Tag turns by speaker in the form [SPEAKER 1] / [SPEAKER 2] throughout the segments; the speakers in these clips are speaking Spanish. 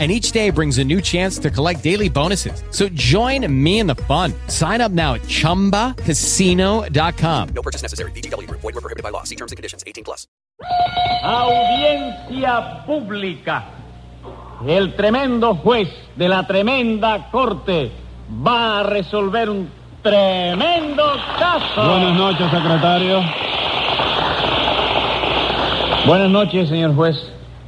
[SPEAKER 1] and each day brings a new chance to collect daily bonuses. So join me in the fun. Sign up now at ChumbaCasino.com.
[SPEAKER 2] No purchase necessary. VGW Group. Void were prohibited by law. See terms and conditions. 18 plus.
[SPEAKER 3] Audiencia pública. El tremendo juez de la tremenda corte va a resolver un tremendo caso.
[SPEAKER 4] Buenas noches, secretario.
[SPEAKER 3] Buenas noches, señor juez.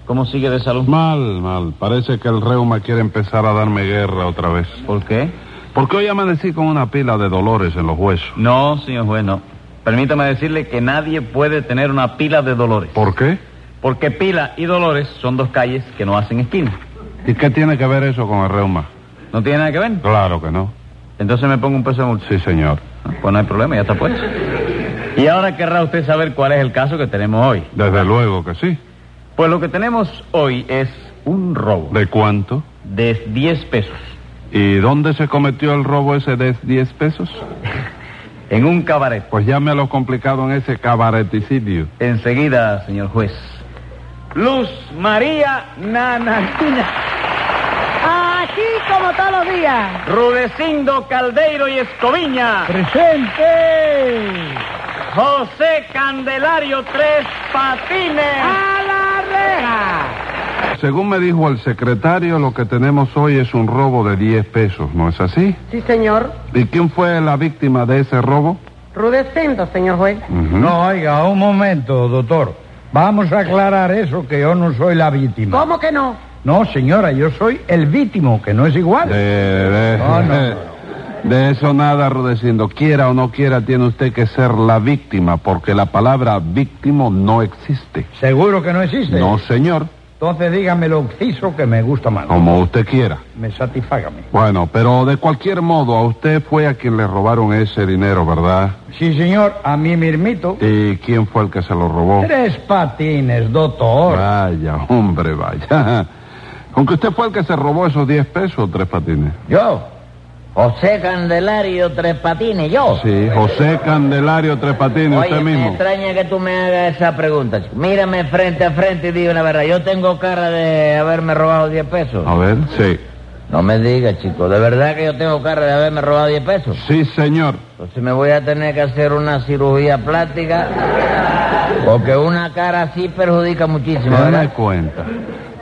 [SPEAKER 3] ¿Cómo sigue de salud?
[SPEAKER 4] Mal, mal. Parece que el reuma quiere empezar a darme guerra otra vez.
[SPEAKER 3] ¿Por qué?
[SPEAKER 4] Porque hoy amanecí con una pila de dolores en los huesos.
[SPEAKER 3] No, señor juez, no. Permítame decirle que nadie puede tener una pila de dolores.
[SPEAKER 4] ¿Por qué?
[SPEAKER 3] Porque pila y dolores son dos calles que no hacen esquina.
[SPEAKER 4] ¿Y qué tiene que ver eso con el reuma?
[SPEAKER 3] ¿No tiene nada que ver?
[SPEAKER 4] Claro que no.
[SPEAKER 3] Entonces me pongo un peso de multa.
[SPEAKER 4] Sí, señor.
[SPEAKER 3] Ah, Pues no hay problema, ya está puesto. Y ahora querrá usted saber cuál es el caso que tenemos hoy.
[SPEAKER 4] Desde luego que sí.
[SPEAKER 3] Pues lo que tenemos hoy es un robo
[SPEAKER 4] ¿De cuánto?
[SPEAKER 3] de 10 pesos
[SPEAKER 4] ¿Y dónde se cometió el robo ese de 10 pesos?
[SPEAKER 3] en un cabaret.
[SPEAKER 4] Pues ya me lo complicado en ese cabareticidio.
[SPEAKER 3] Enseguida, señor juez. Luz María Nanantina,
[SPEAKER 5] Aquí como todos los días.
[SPEAKER 3] Rudecindo Caldeiro y Escoviña,
[SPEAKER 5] Presente.
[SPEAKER 3] José Candelario Tres Patines.
[SPEAKER 5] A la reja.
[SPEAKER 4] Según me dijo el secretario, lo que tenemos hoy es un robo de 10 pesos, ¿no es así?
[SPEAKER 5] Sí, señor.
[SPEAKER 4] ¿Y quién fue la víctima de ese robo?
[SPEAKER 5] Rudecindo, señor juez.
[SPEAKER 6] No, oiga, un momento, doctor. Vamos a aclarar eso, que yo no soy la víctima.
[SPEAKER 5] ¿Cómo que no?
[SPEAKER 6] No, señora, yo soy el víctimo, que no es igual.
[SPEAKER 4] De, de-
[SPEAKER 6] Ah, No, no.
[SPEAKER 4] de- de eso nada, Rudecindo. Quiera o no quiera, tiene usted que ser la víctima, porque la palabra víctimo no existe.
[SPEAKER 6] Seguro que no existe.
[SPEAKER 4] No, señor,
[SPEAKER 6] Entonces dígame lo quiso que me gusta más.
[SPEAKER 4] como usted quiera.
[SPEAKER 6] Me satisfágame.
[SPEAKER 4] Bueno, pero de cualquier modo, a usted fue a quien le robaron ese dinero, ¿verdad?
[SPEAKER 6] Sí, señor, a mí mirmito.
[SPEAKER 4] ¿Y quién fue el que se lo robó?
[SPEAKER 6] Tres patines, doctor.
[SPEAKER 4] Vaya, hombre, vaya. Aunque usted fue el que se robó esos 10 pesos, Tres Patines.
[SPEAKER 7] Yo, José Candelario Tres Patines, yo.
[SPEAKER 4] Sí, José Candelario Tres Patines,
[SPEAKER 7] Oye,
[SPEAKER 4] usted
[SPEAKER 7] me
[SPEAKER 4] mismo.
[SPEAKER 7] extraña que tú me hagas esa pregunta. chico. Mírame frente a frente y digo la verdad. Yo tengo cara de haberme robado 10 pesos.
[SPEAKER 4] A ver, sí.
[SPEAKER 7] No me digas, chico. ¿De verdad que yo tengo cara de haberme robado 10 pesos?
[SPEAKER 4] Sí, señor.
[SPEAKER 7] Entonces me voy a tener que hacer una cirugía plástica. Porque una cara así perjudica muchísimo,
[SPEAKER 4] Me doy
[SPEAKER 7] ¿verdad?
[SPEAKER 4] cuenta.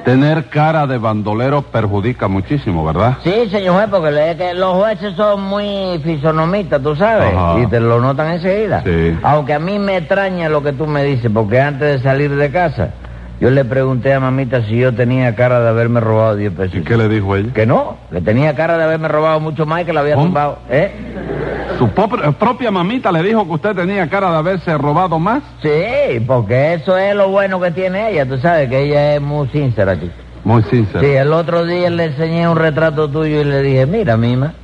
[SPEAKER 4] Tener cara de bandolero perjudica muchísimo, ¿verdad?
[SPEAKER 7] Sí, señor juez, porque le- que los jueces son muy fisonomistas, tú sabes,
[SPEAKER 4] Ajá.
[SPEAKER 7] y te lo notan enseguida.
[SPEAKER 4] Sí.
[SPEAKER 7] Aunque a mí me extraña lo que tú me dices, porque antes de salir de casa, yo le pregunté a mamita si yo tenía cara de haberme robado 10 pesos.
[SPEAKER 4] ¿Y qué le dijo ella?
[SPEAKER 7] Que no, que tenía cara de haberme robado mucho más y que la había
[SPEAKER 4] ¿Cómo?
[SPEAKER 7] tumbado. ¿Eh?
[SPEAKER 4] Su pop- eh, propia mamita le dijo que usted tenía cara de haberse robado más.
[SPEAKER 7] Sí, porque eso es lo bueno que tiene ella, tú sabes, que ella es muy sincera, chico.
[SPEAKER 4] Muy sincero.
[SPEAKER 7] Sí, el otro día le enseñé un retrato tuyo y le dije, mira, mima,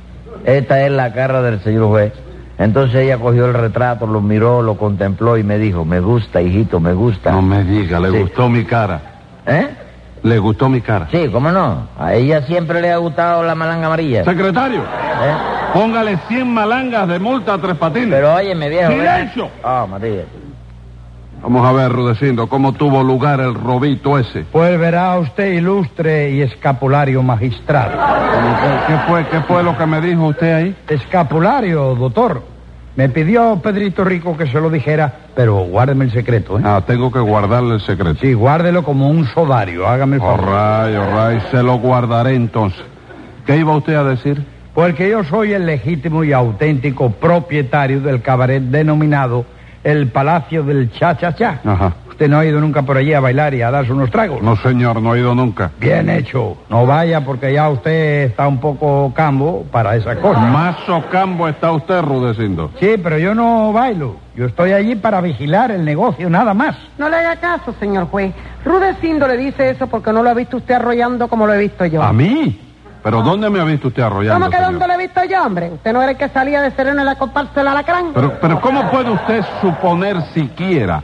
[SPEAKER 7] esta es la cara del señor juez. Entonces ella cogió el retrato, lo miró, lo contempló y me dijo, me gusta, hijito, me gusta.
[SPEAKER 4] No me diga, le
[SPEAKER 7] Sí.
[SPEAKER 4] gustó mi cara.
[SPEAKER 7] ¿Eh?
[SPEAKER 4] Le gustó mi cara.
[SPEAKER 7] Sí, ¿cómo no? A ella siempre le ha gustado la malanga amarilla.
[SPEAKER 4] Secretario,
[SPEAKER 7] ¿eh?
[SPEAKER 4] póngale 100 malangas de multa a Tres Patines.
[SPEAKER 7] ¿eh? Pero óyeme, viejo... ven-
[SPEAKER 4] ¡Silencio!
[SPEAKER 7] Ah, María.
[SPEAKER 4] Vamos a ver, Rudecindo, cómo tuvo lugar el robito ese.
[SPEAKER 6] Pues verá usted, ilustre y escapulario magistrado.
[SPEAKER 4] ¿Qué fue, qué fue lo que me dijo usted ahí?
[SPEAKER 6] Escapulario, doctor. Me pidió Pedrito Rico que se lo dijera, pero guárdeme el secreto, ¿eh?
[SPEAKER 4] Ah, tengo que guardarle el secreto.
[SPEAKER 6] Sí, guárdelo como un sodario, hágame el favor.
[SPEAKER 4] Orray, orray, se lo guardaré entonces. ¿Qué iba usted a decir?
[SPEAKER 6] Porque yo soy el legítimo y auténtico propietario del cabaret denominado el Palacio del Cha-Cha-Cha.
[SPEAKER 4] Ajá.
[SPEAKER 6] Usted no ha ido nunca por allí a bailar y a darse unos tragos.
[SPEAKER 4] No, señor, no he ido nunca.
[SPEAKER 6] Bien hecho. No vaya porque ya usted está un poco cambo para esa cosa.
[SPEAKER 4] Más socambo está usted, Rudecindo.
[SPEAKER 6] Sí, pero yo no bailo. Yo estoy allí para vigilar el negocio, nada más.
[SPEAKER 5] No le haga caso, señor juez. Rudecindo le dice eso porque no lo ha visto usted arrollando como lo he visto yo.
[SPEAKER 4] ¿A mí? ¿Pero dónde me ha visto usted arrollando,
[SPEAKER 5] ¿Cómo que
[SPEAKER 4] Ah, señor?
[SPEAKER 5] dónde lo he visto yo, hombre? ¿Usted no era el que salía de sereno en la comparsa del alacrán?
[SPEAKER 4] Pero, pero ¿cómo puede usted suponer siquiera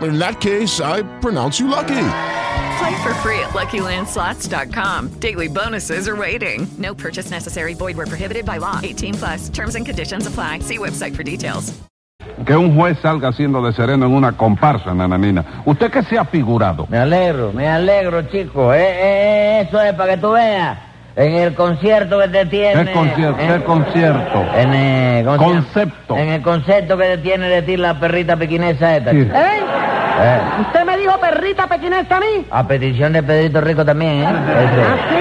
[SPEAKER 8] In that case, I pronounce you lucky.
[SPEAKER 9] Play for free at LuckyLandSlots.com. Daily bonuses are waiting. No purchase necessary. Void were prohibited by law. 18 plus. Terms and conditions apply. See website for details.
[SPEAKER 4] que un juez salga siendo de sereno en una comparsa, nananina? ¿Usted qué se ha figurado?
[SPEAKER 7] Me alegro, me alegro, chico. Eh, eh, eh, eso es para que tú veas. En el concierto que te tiene.
[SPEAKER 4] ¿Qué concierto?
[SPEAKER 7] eh,
[SPEAKER 4] ¿Qué concierto?
[SPEAKER 7] En, eh, ¿cómo se llama?
[SPEAKER 4] Concepto.
[SPEAKER 7] En el concepto que te tiene de ti la perrita pequinesa esta.
[SPEAKER 4] Sí.
[SPEAKER 7] chico.
[SPEAKER 5] ¿Eh?
[SPEAKER 7] Eh,
[SPEAKER 5] ¿Usted me dijo perrita pequinesa a mí?
[SPEAKER 7] a petición de Pedrito Rico también, ¿eh? Ese.
[SPEAKER 5] ¿Ah, sí?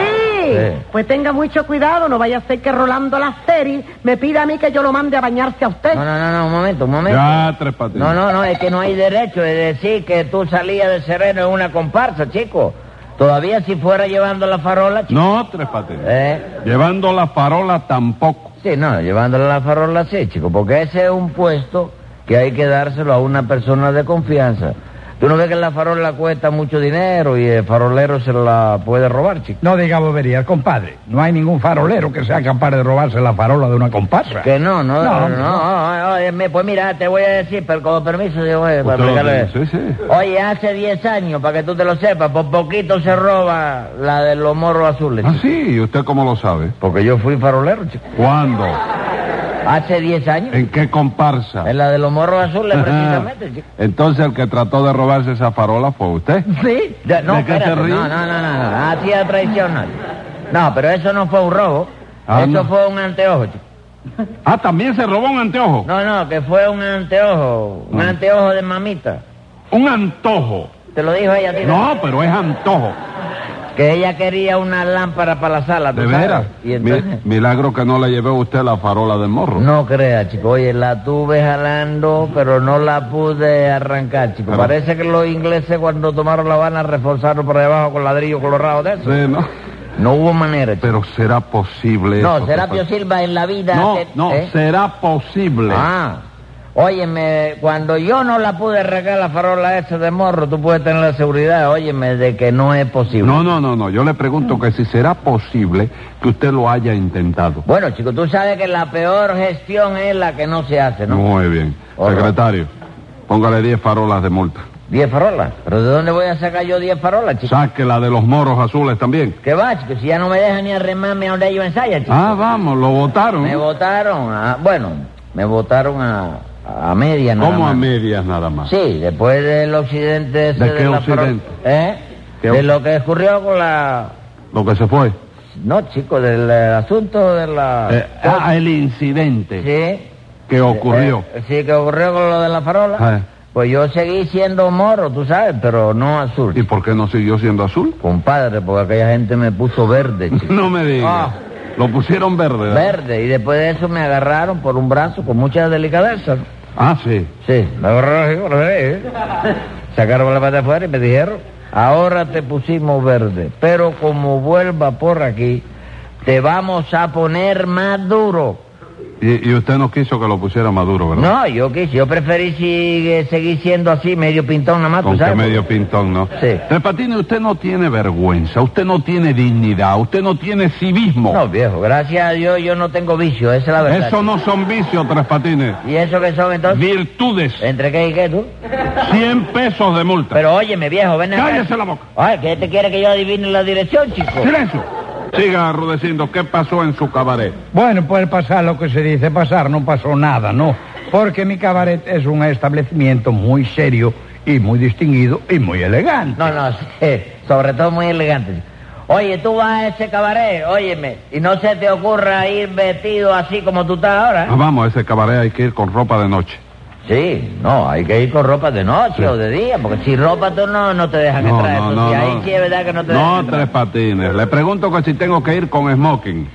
[SPEAKER 7] Sí.
[SPEAKER 5] Pues tenga mucho cuidado, no vaya a ser que Rolando la serie me pida a mí que yo lo mande a bañarse a usted.
[SPEAKER 7] No,
[SPEAKER 4] Ah.
[SPEAKER 7] no, no, no, un momento, un momento.
[SPEAKER 4] Ya, Tres Patines.
[SPEAKER 7] No, no, no, es que no hay derecho de decir que tú salías de sereno en una comparsa, chico. Todavía si fuera llevando la farola, chico.
[SPEAKER 4] No, Tres Patines.
[SPEAKER 7] Eh,
[SPEAKER 4] Llevando la farola tampoco.
[SPEAKER 7] sí, no, llevándola la farola sí, chico, porque ese es un puesto que hay que dárselo a una persona de confianza. Tú no ves que la farola cuesta mucho dinero y el farolero se la puede robar, chico.
[SPEAKER 6] No diga boberías, compadre. No hay ningún farolero que sea capaz de robarse la farola de una comparsa.
[SPEAKER 7] Que no,
[SPEAKER 6] No,
[SPEAKER 7] no, no,
[SPEAKER 6] hombre,
[SPEAKER 7] no, oye, oye, pues mira, te voy a decir, pero con permiso, yo voy para
[SPEAKER 4] Usted lo
[SPEAKER 7] explicarle.
[SPEAKER 4] dice, sí, sí.
[SPEAKER 7] Oye, hace 10 años, para que tú te lo sepas, por poquito se roba la de los morros azules.
[SPEAKER 4] Ah,
[SPEAKER 7] chico.
[SPEAKER 4] sí, ¿y usted cómo lo sabe?
[SPEAKER 7] Porque yo fui farolero, chico.
[SPEAKER 4] ¿Cuándo?
[SPEAKER 7] Hace 10 años.
[SPEAKER 4] ¿En qué comparsa?
[SPEAKER 7] En la de los morros azules,
[SPEAKER 4] Eh. Ajá.
[SPEAKER 7] Eh, precisamente, chico.
[SPEAKER 4] Entonces el que trató de robarse esa farola fue usted.
[SPEAKER 7] Sí. De- no,
[SPEAKER 4] ¿De qué te
[SPEAKER 7] espérate,
[SPEAKER 4] ríes?
[SPEAKER 7] no, no, no, no, no, así de traición no. No, pero eso no fue un robo.
[SPEAKER 4] Ah,
[SPEAKER 7] eso
[SPEAKER 4] no.
[SPEAKER 7] fue un anteojo, chico.
[SPEAKER 4] Ah, también se robó un anteojo.
[SPEAKER 7] No, no, que fue un anteojo, un
[SPEAKER 4] Ah.
[SPEAKER 7] anteojo de mamita.
[SPEAKER 4] Un antojo.
[SPEAKER 7] Te lo dijo ella, tío.
[SPEAKER 4] No, pero es antojo.
[SPEAKER 7] Que ella quería una lámpara para la sala. ¿tú
[SPEAKER 4] ¿De
[SPEAKER 7] sabes?
[SPEAKER 4] veras?
[SPEAKER 7] Y entonces-
[SPEAKER 4] Mi- milagro que no le llevé a usted la farola del morro.
[SPEAKER 7] No crea, chico. Oye, la tuve jalando, pero no la pude arrancar, chico.
[SPEAKER 4] Ah.
[SPEAKER 7] Parece que los ingleses cuando tomaron La Habana reforzaron por debajo con ladrillo colorado de eso.
[SPEAKER 4] Sí, no.
[SPEAKER 7] No hubo manera, chico.
[SPEAKER 4] Pero será posible.
[SPEAKER 7] no,
[SPEAKER 4] eso,
[SPEAKER 7] Serapio
[SPEAKER 4] Pepe?
[SPEAKER 7] Silva en la vida...
[SPEAKER 4] No,
[SPEAKER 7] te-
[SPEAKER 4] no,
[SPEAKER 7] ¿eh?
[SPEAKER 4] será posible.
[SPEAKER 7] Ah. Óyeme, cuando yo no la pude regar la farola esa de morro, tú puedes tener la seguridad, óyeme, de que no es posible.
[SPEAKER 4] No, no, no, no. Yo le pregunto que si será posible que usted lo haya intentado.
[SPEAKER 7] Bueno, chico, tú sabes que la peor gestión es la que no se hace, ¿no?
[SPEAKER 4] Muy bien. Secretario, póngale 10 farolas de multa.
[SPEAKER 7] ¿Diez farolas? ¿Pero de dónde voy a sacar yo diez farolas, chico?
[SPEAKER 4] Saque la de los moros azules también.
[SPEAKER 7] ¿Qué va, chico? Si ya no me dejan ni arremarme a donde yo ensaya, chico.
[SPEAKER 4] Ah, vamos, lo votaron.
[SPEAKER 7] Me votaron, a- bueno, me votaron a, a media nada
[SPEAKER 4] ¿Cómo a
[SPEAKER 7] más.
[SPEAKER 4] medias nada más?
[SPEAKER 7] Sí, después del occidente ese
[SPEAKER 4] ¿De qué
[SPEAKER 7] la farol-
[SPEAKER 4] occidente?
[SPEAKER 7] ¿Eh?
[SPEAKER 4] ¿Qué
[SPEAKER 7] De
[SPEAKER 4] o-
[SPEAKER 7] lo que ocurrió con la...
[SPEAKER 4] Lo que se fue.
[SPEAKER 7] No, chico, del eh, asunto de la...
[SPEAKER 4] Eh, ah, el incidente
[SPEAKER 7] Sí.
[SPEAKER 4] que ocurrió.
[SPEAKER 7] Eh, sí, que ocurrió con lo de la farola.
[SPEAKER 4] Ah,
[SPEAKER 7] Pues yo seguí siendo morro, tú sabes, pero no azul.
[SPEAKER 4] ¿Y por qué no siguió siendo azul?
[SPEAKER 7] Compadre, porque aquella gente me puso verde, chico.
[SPEAKER 4] No me diga.
[SPEAKER 7] Ah.
[SPEAKER 4] Lo pusieron verde. ¿verdad?
[SPEAKER 7] Verde, y después de eso me agarraron por un brazo con mucha delicadeza.
[SPEAKER 4] Ah, sí.
[SPEAKER 7] Sí, me agarraron así con la ley, ¿eh? Sacaron la pata afuera y me dijeron, ahora te pusimos verde, pero como vuelva por aquí, te vamos a poner más duro.
[SPEAKER 4] Y, y usted no quiso que lo pusiera maduro, ¿verdad?
[SPEAKER 7] No, yo quise, yo preferí sigue- seguir siendo así, medio pintón nada más,
[SPEAKER 4] Con
[SPEAKER 7] tú
[SPEAKER 4] que
[SPEAKER 7] sabes.
[SPEAKER 4] medio pintón, ¿no?
[SPEAKER 7] Sí.
[SPEAKER 4] Tres Patines, usted no tiene vergüenza, usted no tiene dignidad, usted no tiene civismo.
[SPEAKER 7] No, viejo, gracias a Dios yo no tengo vicio, esa es la verdad.
[SPEAKER 4] Eso no son vicios, Tres Patines.
[SPEAKER 7] ¿Y eso qué son entonces?
[SPEAKER 4] Virtudes.
[SPEAKER 7] ¿Entre qué y qué tú?
[SPEAKER 4] 100 pesos de multa.
[SPEAKER 7] Eh. Pero óyeme, viejo, ven acá.
[SPEAKER 4] Cállese la boca.
[SPEAKER 7] Ay, ¿qué te quiere que yo adivine la dirección, chico?
[SPEAKER 4] ¡Silencio! Siga rudeciendo, ¿qué pasó en su cabaret?
[SPEAKER 6] Bueno, puede pasar lo que se dice pasar, no pasó nada, no. Porque mi cabaret es un establecimiento muy serio y muy distinguido y muy elegante.
[SPEAKER 7] No, no, sí, sobre todo muy elegante. Oye, tú vas a ese cabaret, óyeme, y no se te ocurra ir vestido así como tú estás ahora.
[SPEAKER 4] Ah,
[SPEAKER 7] ¿eh?
[SPEAKER 4] vamos, a ese cabaret hay que ir con ropa de noche.
[SPEAKER 7] Sí, no, hay que ir con ropa de noche o de día, porque si ropa tú no, no te dejan
[SPEAKER 4] No,
[SPEAKER 7] entrar.
[SPEAKER 4] no,
[SPEAKER 7] eso
[SPEAKER 4] no,
[SPEAKER 7] sí, ahí
[SPEAKER 4] no.
[SPEAKER 7] sí es verdad que no te dejan
[SPEAKER 4] No,
[SPEAKER 7] entrar.
[SPEAKER 4] Tres Patines. Le pregunto que si tengo que ir con smoking.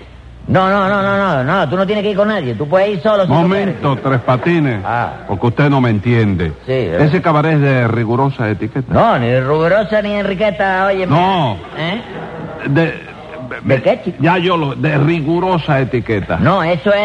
[SPEAKER 7] No, no, no, no, no, no, tú no tienes que ir con nadie, tú puedes ir solo. si tú
[SPEAKER 4] Momento, Tres Patines.
[SPEAKER 7] Ah.
[SPEAKER 4] Porque usted no me entiende.
[SPEAKER 7] Sí, eh.
[SPEAKER 4] Ese cabaret es de rigurosa etiqueta.
[SPEAKER 7] quieres. No, ni Ruberosa ni Enriqueta, óyeme.
[SPEAKER 4] No.
[SPEAKER 7] ¿Eh?
[SPEAKER 4] De,
[SPEAKER 7] ¿De qué, chico?
[SPEAKER 4] ya yo lo... De rigurosa etiqueta.
[SPEAKER 7] No, eso es...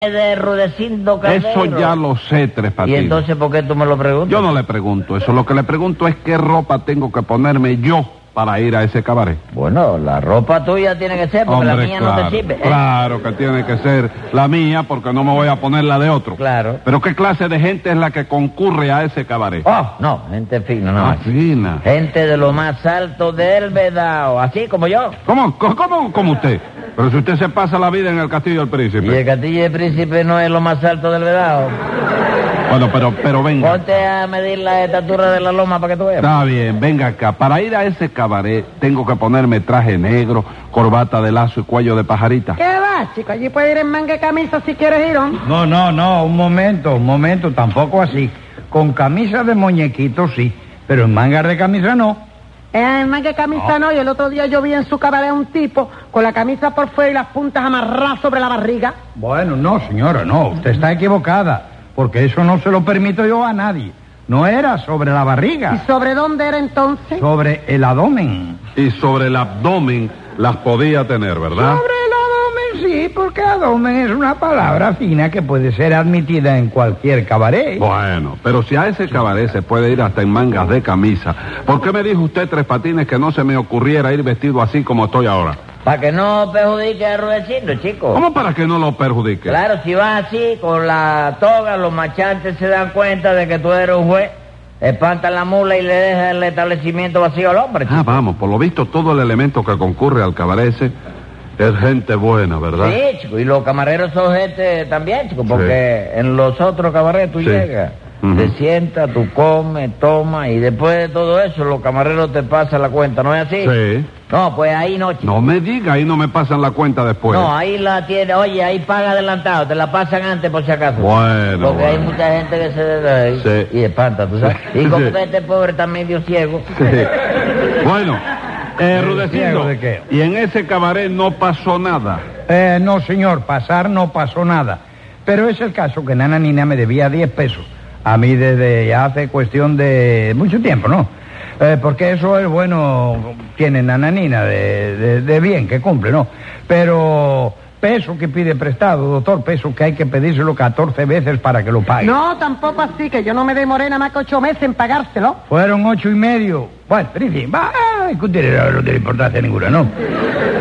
[SPEAKER 7] de Rudecindo Caldero.
[SPEAKER 4] Eso ya lo sé, Tres
[SPEAKER 7] ¿Y
[SPEAKER 4] Patines.
[SPEAKER 7] entonces por qué tú me lo preguntas?
[SPEAKER 4] Yo no le pregunto eso. Lo que le pregunto es qué ropa tengo que ponerme yo para ir a ese cabaret.
[SPEAKER 7] Bueno, la ropa tuya tiene que ser, porque la
[SPEAKER 4] Hombre,
[SPEAKER 7] mía
[SPEAKER 4] claro,
[SPEAKER 7] no te sirve. ¿eh?
[SPEAKER 4] claro que tiene que ser la mía porque no me voy a poner la de otro.
[SPEAKER 7] Claro.
[SPEAKER 4] Pero ¿qué clase de gente es la que concurre a ese cabaret?
[SPEAKER 7] Oh, no, gente fina, no.
[SPEAKER 4] Ah, fina.
[SPEAKER 7] Gente de lo más alto del Vedao, así como yo.
[SPEAKER 4] ¿Cómo, co- cómo, cómo usted? Pero si usted se pasa la vida en el Castillo del
[SPEAKER 7] Y el
[SPEAKER 4] Príncipe.
[SPEAKER 7] Castillo de Príncipe no es lo más alto del Vedao.
[SPEAKER 4] Bueno, pero, pero venga.
[SPEAKER 7] Ponte a medir la estatura de la loma para que tú veas.
[SPEAKER 4] Está bien, venga acá. Para ir a ese cabaret tengo que ponerme traje negro, corbata de lazo y cuello de pajarita.
[SPEAKER 5] ¿Qué va, chico? Allí puedes ir en manga y camisa si quieres ir, ¿no?
[SPEAKER 6] No, no, no, un momento, un momento, tampoco así. Con camisa de muñequito sí, pero en mangas de camisa no.
[SPEAKER 5] Eh, en manga y camisa no. Y el otro día yo vi en su cabaret a un tipo con la camisa por fuera y las puntas amarradas sobre la barriga.
[SPEAKER 6] Bueno, no, señora, no, usted está equivocada, porque eso no se lo permito yo a nadie. No era sobre la
[SPEAKER 5] ¿Y
[SPEAKER 6] barriga,
[SPEAKER 5] sobre dónde era entonces?
[SPEAKER 6] sobre el abdomen.
[SPEAKER 4] Y sobre el abdomen las podía tener,
[SPEAKER 7] ¿Ah?
[SPEAKER 4] ¿verdad?
[SPEAKER 6] Sobre el abdomen, sí, porque abdomen es una palabra fina que puede ser admitida en cualquier cabaret.
[SPEAKER 4] Bueno, pero si a ese cabaret se puede ir hasta en mangas de camisa, ¿por qué me dijo usted, Tres Patines, que no se me ocurriera ir vestido así como estoy ahora?
[SPEAKER 7] Para que no perjudique a Rudecindo, chico.
[SPEAKER 4] ¿Cómo para que no lo perjudique?
[SPEAKER 7] Claro, si vas así, con la toga, los machantes se dan cuenta de que tú eres un juez. Espantan la mula y le dejan el establecimiento vacío al hombre, chico.
[SPEAKER 4] Ah, vamos, por lo visto todo el elemento que concurre al cabaret ese es gente buena, Ah, ¿verdad?
[SPEAKER 7] Sí, chico, y los camareros son gente también, chico, porque en los otros cabarets tú
[SPEAKER 4] Sí.
[SPEAKER 7] llegas, te sientas, tú comes, tomas, y después de todo eso los camareros te pasan la cuenta, ¿no es así?
[SPEAKER 4] Sí.
[SPEAKER 7] No, pues ahí no, chico.
[SPEAKER 4] No pues. me diga, ahí no me pasan la cuenta después.
[SPEAKER 7] No, ah, ahí la tiene, oye, ahí paga adelantado, te la pasan antes por si acaso.
[SPEAKER 4] Bueno,
[SPEAKER 7] Porque hay
[SPEAKER 4] bueno.
[SPEAKER 7] mucha gente que se... eh,
[SPEAKER 4] Sí.
[SPEAKER 7] Y espanta, tú sabes. Y como
[SPEAKER 4] Sí.
[SPEAKER 7] este pobre está medio ciego.
[SPEAKER 4] Bueno, eh,
[SPEAKER 6] Sí,
[SPEAKER 4] Rudecindo,
[SPEAKER 6] ciego de qué.
[SPEAKER 4] y en ese cabaret no pasó nada.
[SPEAKER 6] Eh, no, señor, pasar no pasó nada. Pero es el caso que Nana Nina me debía 10 pesos. A mí desde hace cuestión de mucho tiempo, ¿no? Eh, porque eso es bueno, tiene Nana Nina de, de- de bien, que cumple, ¿no? Pero peso que pide prestado, doctor, peso que hay que pedírselo 14 veces para que lo pague.
[SPEAKER 5] No, tampoco así, que yo no me demoré nada más que ocho meses en pagárselo.
[SPEAKER 6] Fueron ocho y medio. Bueno, pero en fin, va a discutir, eh, no tiene importancia ninguna, ¿no?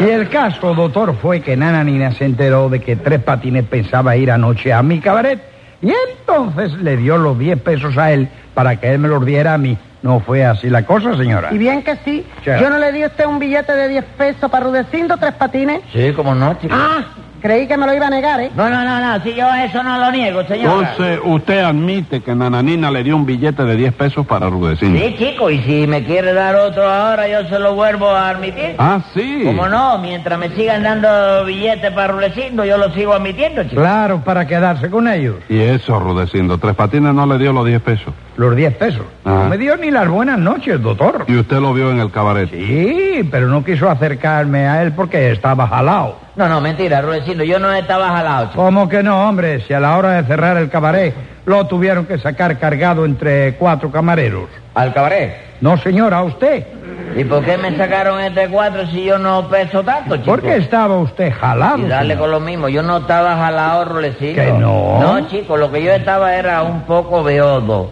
[SPEAKER 6] Y el caso, doctor, fue que Nana Nina se enteró de que Tres Patines pensaba ir anoche a mi cabaret y entonces le dio los 10 pesos a él para que él me los diera a mí. No fue así la cosa, señora.
[SPEAKER 5] Y bien que sí.
[SPEAKER 6] Sí.
[SPEAKER 5] Yo no le di a usted un billete de 10 pesos para Rudecindo tres patines.
[SPEAKER 7] Sí, como no, chico.
[SPEAKER 5] Ah, creí que me lo iba a negar, ¿eh?
[SPEAKER 7] No, no, no, no, si yo eso no lo niego,
[SPEAKER 6] Oh,
[SPEAKER 7] señora.
[SPEAKER 4] Entonces, usted admite que Nananina le dio un billete de 10 pesos para Rudecindo.
[SPEAKER 7] Sí, chico, y si me quiere dar otro ahora, yo se lo vuelvo a admitir.
[SPEAKER 4] Ah, sí.
[SPEAKER 7] Como no, mientras me sigan dando billetes para Rulecindo, yo lo sigo admitiendo, chico.
[SPEAKER 6] Claro, para quedarse con ellos.
[SPEAKER 4] Y eso, Rudecindo, Tres Patines no le dio los 10 pesos.
[SPEAKER 6] Los 10 pesos.
[SPEAKER 4] Ajá.
[SPEAKER 7] Ah.
[SPEAKER 6] No me dio ni las buenas noches, doctor.
[SPEAKER 4] Y usted lo vio en el cabaret.
[SPEAKER 6] Sí, pero no quiso acercarme a él porque estaba jalado.
[SPEAKER 7] No, no, mentira, Rulecindo, yo no estaba jalado, chico.
[SPEAKER 6] ¿Cómo que no, hombre? Si a la hora de cerrar el cabaret lo tuvieron que sacar cargado entre cuatro camareros.
[SPEAKER 7] ¿Al cabaret?
[SPEAKER 6] No, señora, a usted.
[SPEAKER 7] ¿Y por qué me sacaron este cuatro si yo no peso tanto, chico?
[SPEAKER 6] ¿Por qué estaba usted jalado?
[SPEAKER 7] Y darle
[SPEAKER 6] señor?
[SPEAKER 7] con lo mismo, yo no estaba jalado, Rulecindo.
[SPEAKER 6] ¿Que no?
[SPEAKER 7] No, chico, lo que yo estaba era un poco beodo,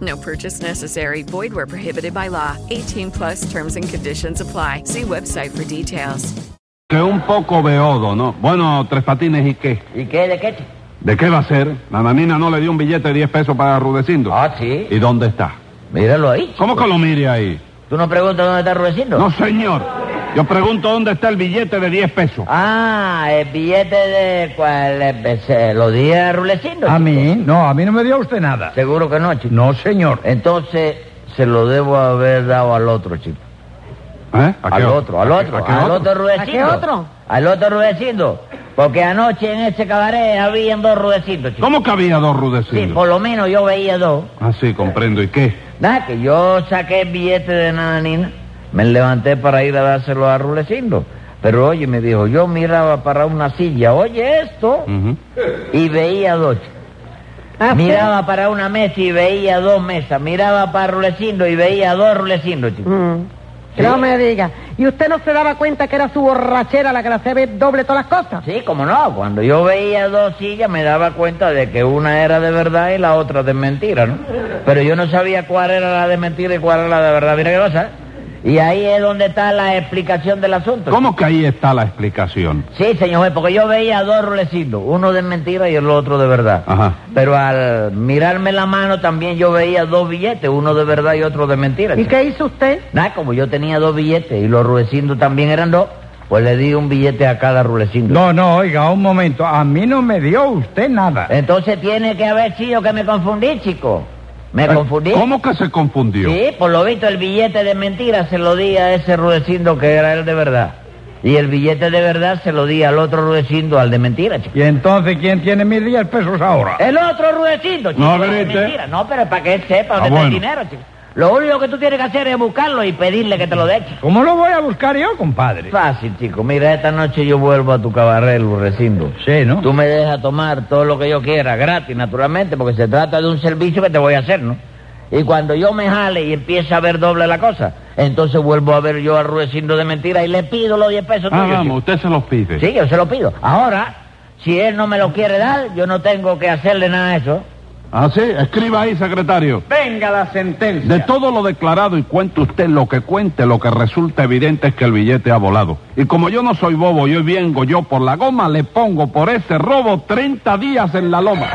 [SPEAKER 9] No purchase necessary. Void where prohibited by law. 18 plus terms and conditions apply. See website for details.
[SPEAKER 4] Que un poco beodo, ¿no? Bueno, Tres Patines, ¿y qué?
[SPEAKER 7] ¿Y qué? ¿De qué, chico?
[SPEAKER 4] ¿De qué va a ser? Nananina no le dio un billete de 10 pesos para Rudecindo.
[SPEAKER 7] Ah, sí.
[SPEAKER 4] ¿Y dónde está?
[SPEAKER 7] Míralo ahí.
[SPEAKER 4] ¿Cómo que lo mire ahí?
[SPEAKER 7] ¿Tú no preguntas dónde está Rudecindo?
[SPEAKER 4] No, señor. Yo pregunto dónde está el billete de 10 pesos.
[SPEAKER 7] Ah, el billete de cuál eh, se lo di a Rulecindo.
[SPEAKER 6] A mí, no, a mí no me dio usted nada.
[SPEAKER 7] Seguro que no, chico.
[SPEAKER 6] No, señor.
[SPEAKER 7] Entonces se lo debo haber dado al otro, chico.
[SPEAKER 4] ¿Eh? ¿A
[SPEAKER 7] Al
[SPEAKER 4] qué
[SPEAKER 7] otro, al
[SPEAKER 4] ¿A qué-
[SPEAKER 7] otro,
[SPEAKER 4] a qué
[SPEAKER 7] al
[SPEAKER 4] otro?
[SPEAKER 7] otro Rudecindo.
[SPEAKER 5] ¿A qué otro?
[SPEAKER 7] Al otro Rudecindo. Porque anoche en ese cabaret habían dos Rudecindos, chico.
[SPEAKER 4] ¿Cómo que había dos
[SPEAKER 7] Sí,
[SPEAKER 4] Rudecindos?
[SPEAKER 7] por lo menos yo veía dos.
[SPEAKER 4] Ah, sí, comprendo. ¿Y qué?
[SPEAKER 7] Nada, que yo saqué el billete de Nananina, me levanté para ir a dárselo a Rulecindo. Pero oye, me dijo, yo miraba para una silla, oye esto,
[SPEAKER 4] Ujú.
[SPEAKER 7] y veía dos.
[SPEAKER 5] Ah, sí.
[SPEAKER 7] Miraba para una mesa y veía dos mesas. Miraba para Rulecindo y veía dos Rulecindo, chico.
[SPEAKER 5] Mm. No me diga. ¿Y usted no se daba cuenta que era su borrachera la que la hacía ver doble todas las cosas?
[SPEAKER 7] Sí, como no. Cuando yo veía dos sillas me daba cuenta de que una era de verdad y la otra de mentira, ¿no? Pero yo no sabía cuál era la de mentira y cuál era la de verdad. Mira qué cosa. ¿eh? Y ahí es donde está la explicación del asunto.
[SPEAKER 4] ¿Cómo que ahí está la explicación?
[SPEAKER 7] Sí, señor juez, porque yo veía dos rulecindos, uno de mentira y el otro de verdad.
[SPEAKER 4] Ajá.
[SPEAKER 7] Pero al mirarme la mano también yo veía dos billetes, uno de verdad y otro de mentira.
[SPEAKER 5] ¿Y
[SPEAKER 7] chico.
[SPEAKER 5] qué hizo usted?
[SPEAKER 7] Nada, como yo tenía dos billetes y los rulecindos también eran dos, pues le di un billete a cada rulecindo.
[SPEAKER 6] No, no, oiga, un momento. A mí no me dio usted nada.
[SPEAKER 7] Entonces tiene que haber sido que me confundí, chico. Me
[SPEAKER 4] Eh,
[SPEAKER 7] confundí.
[SPEAKER 4] ¿Cómo que se confundió?
[SPEAKER 7] Sí, por lo visto el billete de mentira se lo di a ese rudecindo que era el de verdad. Y el billete de verdad se lo di al otro rudecindo, al de mentira, chico.
[SPEAKER 6] Y entonces, ¿quién tiene mis 10 pesos ahora?
[SPEAKER 7] Eh. El otro rudecindo, chico.
[SPEAKER 4] No
[SPEAKER 7] el de
[SPEAKER 4] grite.
[SPEAKER 7] mentira. No, pero para que él sepa
[SPEAKER 4] Ah,
[SPEAKER 7] dónde está el
[SPEAKER 4] bueno.
[SPEAKER 7] dinero, chico. Lo único que tú tienes que hacer es buscarlo y pedirle que te lo dé.
[SPEAKER 6] ¿Cómo lo voy a buscar yo, compadre?
[SPEAKER 7] Fácil, chico. Mira, esta noche yo vuelvo a tu cabaret, Recindo.
[SPEAKER 6] Sí, ¿no?
[SPEAKER 7] Tú me dejas tomar todo lo que yo quiera, gratis, naturalmente, porque se trata de un servicio que te voy a hacer, ¿no? Y cuando yo me jale y empiece a ver doble la cosa, entonces vuelvo a ver yo al Rudecindo de mentira y le pido los 10 pesos
[SPEAKER 4] Ah,
[SPEAKER 7] tuyos, chico.
[SPEAKER 4] vamos, usted se los pide.
[SPEAKER 7] Sí, yo se lo pido. Ahora, si él no me lo quiere dar, yo no tengo que hacerle nada a eso.
[SPEAKER 4] Ah, sí, escriba ahí, secretario.
[SPEAKER 3] Venga la sentencia.
[SPEAKER 4] De todo lo declarado y cuente usted lo que cuente, lo que resulta evidente es que el billete ha volado. Y como yo no soy bobo, yo vengo yo por la goma, le pongo por ese robo 30 días en la loma.